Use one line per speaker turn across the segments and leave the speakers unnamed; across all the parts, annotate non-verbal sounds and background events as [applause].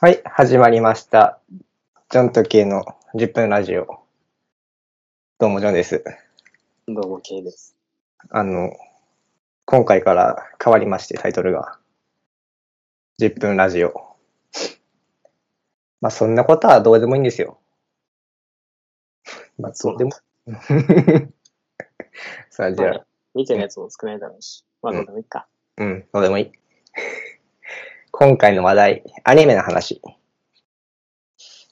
はい、始まりました。ジョンと K の10分ラジオ。どうも、ジョンです。
どうも、K です。
あの、今回から変わりまして、タイトルが。10分ラジオ。まあ、そんなことはどうでもいいんですよ。まあ、どうでも。 [laughs] さあ、じ
まあ
ゃ
ね
あ、
見てるやつも少ないだろうし。まあ、
うん
どうでもいいか。
うん、どうでもいい。今回の話題、アニメの話。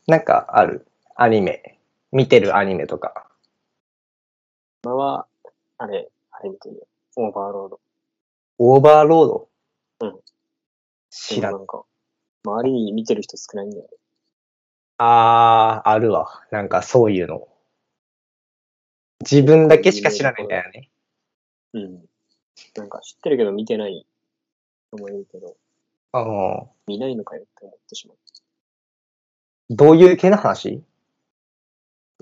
なんかあるアニメ。見てるアニメとか。
今は、あれ、あれ見てるよ。オーバーロード。
オーバーロード
うん。
知ら。
なんんか、周りに見てる人少ないんだよね。
あー、あるわ。なんかそういうの。自分だけしか知らないんだよね。
うん。なんか、知ってるけど見てない人もいるけど、
あの、
見ないのかよって思ってしま
どういう系の話
う。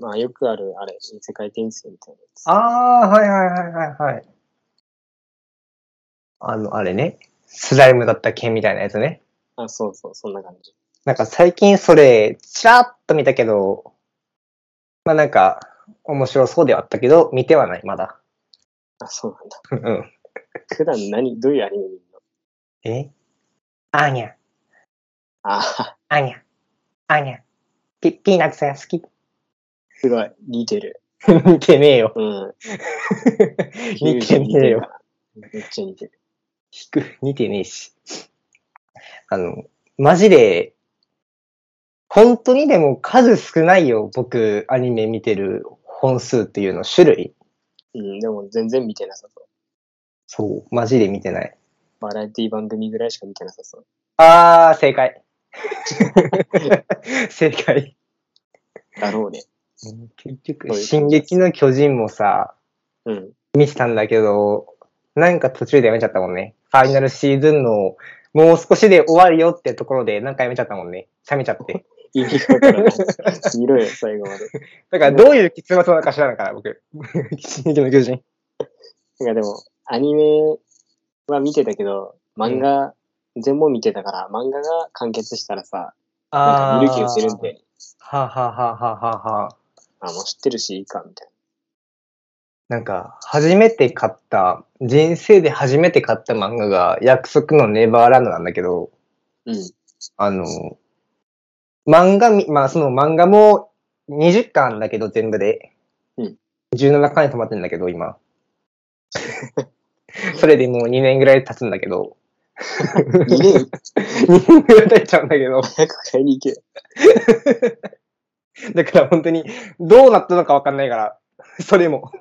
まあ、よくある、あれ、異世界転生みたいなやつ。
あー、はいはいはいはいはい。あの、あれね。スライムだった系みたいなやつね。
あ、そうそう、そんな感じ。
なんか最近それ、ちらっと見たけど、まあなんか、面白そうではあったけど、見てはない、まだ。
あ、そうなんだ。
うん。
普段何、どういうアニメ見るの
えアーニャ。
あ、
アーニャ、アーニャ、ピピーナッツが好き。
すごい、似てる。
似てねえよ。
うん。
似てねえよ。
めっちゃ似てる。
聞く、似てねえし。あの、マジで、本当にでも数少ないよ、僕、アニメ見てる本数っていうの、種類。
うん、でも全然見てなさそう。
そう、マジで見てない。
バラエティ番組ぐらいしか見てなさそう。
あー、正
[laughs]
解。正解。
だろうね。
結局、進撃の巨人もさ、 [laughs]
うん。
見てたんだけど、なんか途中でやめちゃったもんね。ファイナルシーズンのもう少しで終わるよってところでなんかやめちゃったもんね。冷めちゃって。
意味がわからない。見ろよ、最後まで。
だからどういう結末なのか知らないから、僕。進撃の巨人。
いや、でも、アニメは見てたけど、漫画、全部見てたから、漫画が完結したらさ、なんか見る気がするん。で、
はあ、はあはあはあはあ、
あ、もう知ってるし、いいか、みたい
なんか、初めて買った、人生で初めて買った漫画が約束のネバーランドなんだけど、
な。うん。
あの、漫画み、まあその漫画も20巻だけど全部で。
うん。
17巻に止まってんだけど、今。 [laughs] それでもう2年ぐらい経つんだけど。
2年
2年ぐらい経っちゃうんだけど。
早く買いに行けよ。
だから本当に、どうなったのかわかんないから、それも。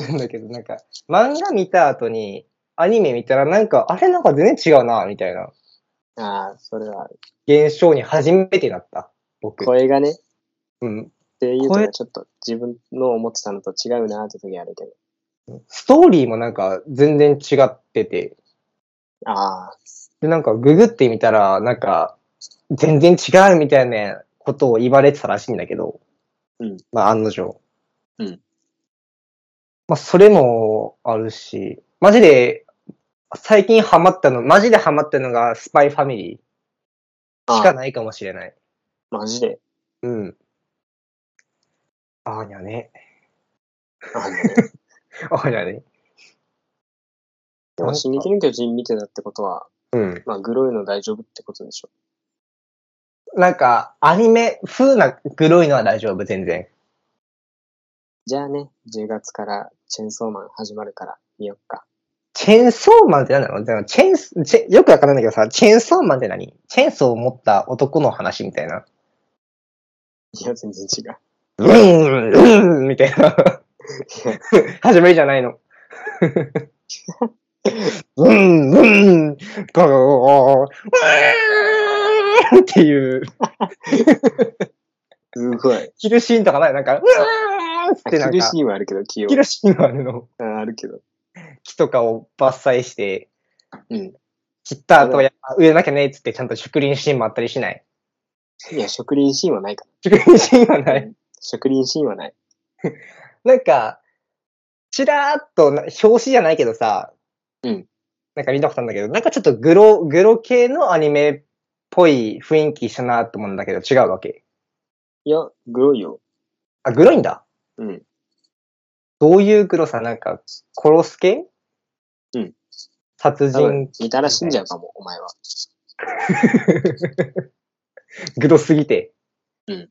なんだけど、なんか、漫画見た後に、アニメ見たらなんか、あれなんか全然違うな、みたいな
ああ、それはある、
現象に初めてなった。僕。
声がね、
うん。
声優と
声
かちょっと自分の思ってたのと違うなーって時あるけど。
ストーリーもなんか全然違ってて、
ああ、
で、なんかググってみたら、なんか、全然違うみたいなことを言われてたらしいんだけど、
うん。
まあ、案の定。
うん。
まあ、それもあるし、マジで、最近ハマったの、マジでハマったのが、スパイファミリーし
あ
か
あ
ないかもしれない。
マジで。
うん。あーにゃね。
あのね
あーにゃね。
でも、進撃の巨人見てたってことは、
うん。
まあ、グロいの大丈夫ってことでしょ。
なんか、アニメ風なグロいのは大丈夫、全然。
じゃあね、10月からチェーンソーマン始まるから見よっか。
チェーンソーマンって何なのでもチェーンスチェ、よくわからないんだけどさ、チェーンソーマンって何チェーンソーを持った男の話みたいな。
いや、全然違う。
うーん、うーん、みたいな。始まりじゃないの。うーん、うーん、ゴーゴー、うーんっていう、
すごい。
キルシーンとかないなんか、うーんっ
[laughs] あ
てなん
着る
か
シ、ーンはあるけど、器
キ
用。
ルシーンはあの、
あある
[laughs]
けど。
木とかを伐採して、
うん。
切った後はやっぱ植えなきゃねっつってちゃんと植林シーンもあったりしない。
いや、植林シーンはないか
植林シーンは
ら。
ない。
うん植林シーンはない。
なんか、ちらーっとな、表紙じゃないけどさ、
うん。
なんか見たことあるんだけど、なんかちょっとグロ、グロ系のアニメっぽい雰囲気したなと思うんだけど違うわけ。
いや、グロいよ。
あ、グロいんだ。
うん。
どういうグロさなんか、殺す系
うん。
殺
多分
人、、
見たら死んじゃうかも、お前は。
グロすぎて。
うん。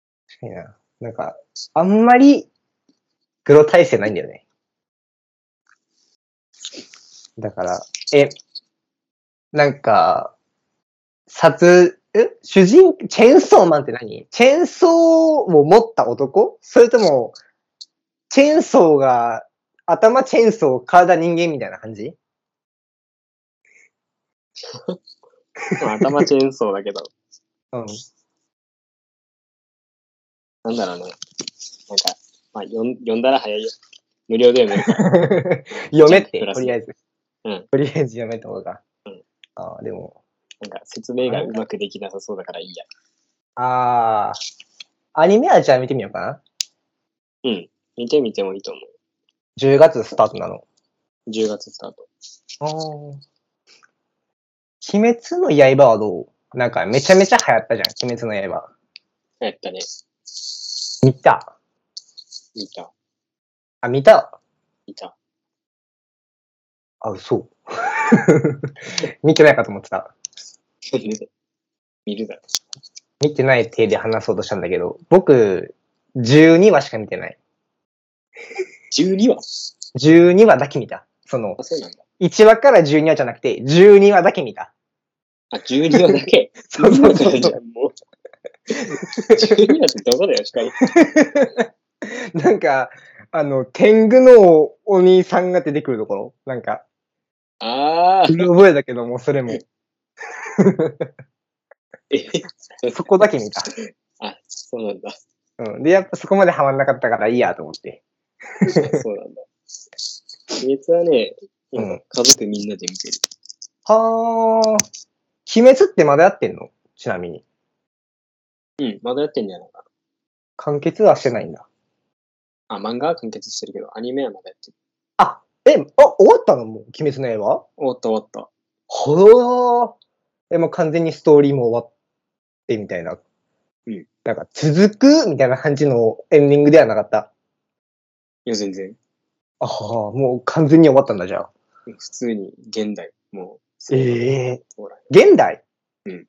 確かにな。なんか、あんまり、グロ体制ないんだよね。だから、え、なんか、殺、え主人、チェーンソーマンって何チェーンソーを持った男それとも、チェーンソーが、頭チェーンソー、体人間みたいな感じ
まあ頭チェーンソーだけど、 [laughs]
うん。
なんだろうね。なんか、まあ、よん呼んだら早いよ。無料
[laughs]
で読めるから。
読めって
プ、ラス
とりあえず。
うん
とりあえず読めた方が。
うん
ああ、でも、
なんか、説明がうまくできなさそうだからいいや。
ああ、アニメはじゃあ見てみようかな。
見てみてもいいと思
10月スタートなの。
う。10月スタート。
ああ。鬼滅の刃はどうなんかめちゃめちゃ流行ったじゃん、鬼滅の刃。
やったね。
見た。
見た。
あ、見た。
見た。
あ、そう。 [laughs] 見てないかと思ってた。
[laughs] 見るだろ。
見てない手で話そうとしたんだけど、僕、12話しか見てない。
12話
12話だけ見た。その、
あ、そうなんだ。
1話から12話じゃなくて、12話だけ見た。
あ、12話だけ。 [laughs]
そうそうそう
12話じゃんもう。12話ってどこだよ、しかも。
[laughs] なんか、あの、天狗のお兄さんが出てくるところなんか、
あ
う
ー。
ろ覚えだけども、それも、
え
そこだけ見た。
あ、そうなんだ。
うん。で、やっぱそこまでハマんなかったからいいやと思って。
そうなんだ。鬼滅はね、
う
うんん、家族みんなで見てる。
はー。鬼滅ってまだやってんのちなみに。
うん、まだやってんじゃないか
完結はしてないんだ。
な。あ、漫画は完結してるけど、アニメはまだやってる。
あ、え、あ、終わったのもう、鬼滅の刃
おっとおっと。
はー。え、もう完全にストーリーも終わって、みたいな。
うん。
なんか、続くみたいな感じのエンディングではなかった。
いや、全然。
あはー、もう完全に終わったんだ、じゃあ。
普通に現代、もう、
ええ
ほら
現代 [laughs]
うん。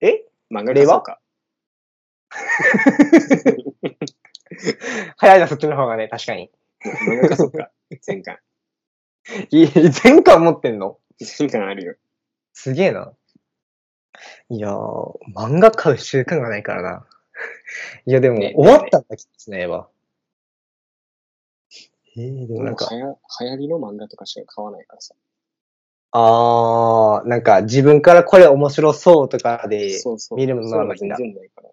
え
漫画
令
家
和
そうか。
早いな、そっちの方がね、確かに。
[laughs] 漫画家そうか。全巻。
いい全巻持ってんの
全巻あるよ。
すげえな。いやー、漫画買う習慣がないからな。いや、でも、
ね
終わったんだ、きつねは。えー、でも
な
なん
ん
か
か、流行流行りの漫画とかしか買わないからさ。
あー、なんか自分からこれ面白そうとかで、
そうそう。
見るものなら
そ
ばい
う
い
全
んだ
然ないから。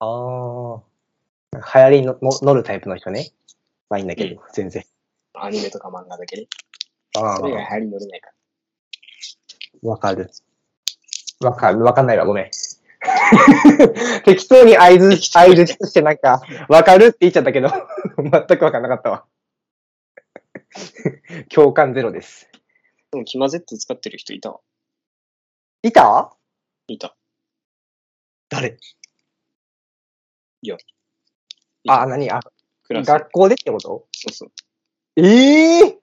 あー、流行りにのの乗るタイプの人ね。まあいいんだけど、全然。
アニメとか漫画だけね。
あ
それが流
ー、
行り乗れないから。
わかる。わかる、わかんないわ、ごめん。 [laughs] 適当に合図、合図してなんか、わかるって言っちゃったけど、 [laughs] 全くわかんなかったわ。 [laughs] 共感ゼロです。
でも、キマゼット使ってる人いたわ。
いた
いた。
誰
いた
あ、何あ、
クラス。
学校でってこと
そうそう。
ええ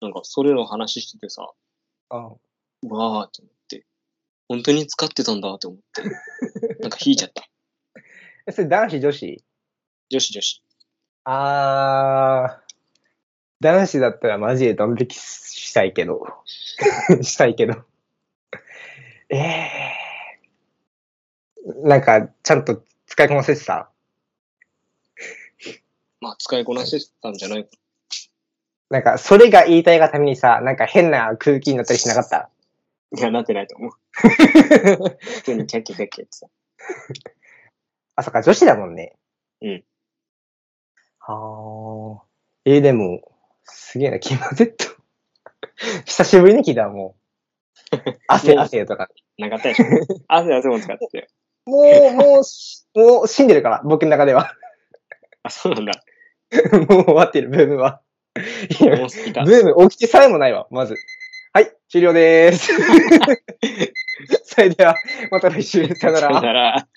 なんか、それの話しててさ、
あ
うわーって思って。本当に使ってたんだって思って。
[laughs]
なんか引いちゃった。
それ男子女子
女子女子。
あー、男子だったらマジでドン引きしたいけど。 [laughs] したいけど。ええなんか、ちゃんと使いこなせてた
まあ、使いこなせてたんじゃないか。
なんか、それが言いたいがためにさ、なんか変な空気になったりしなかった
[laughs] いや、なってないと思う。普通にキャッキャキャッキャってさ。
あ、そっか、女子だもんね。
うん。
はあ。えーでも、すげえな、キマゼット。久しぶりに聞いたわも
[laughs]
う。汗、
もう
汗とか。
なかったで
[laughs]
しょ。汗汗も使ってたよ。
もう、もう、もう死んでるから、僕の中では。 [laughs]
あ、そうなんだ。
もう終わってる、ブームは。いや、
もう好きだ
ブ。ーム起きてさえもないわ、まず。はい、 [laughs] 終了でーす。それでは、また来週、さよな
さよ
ら。
なら。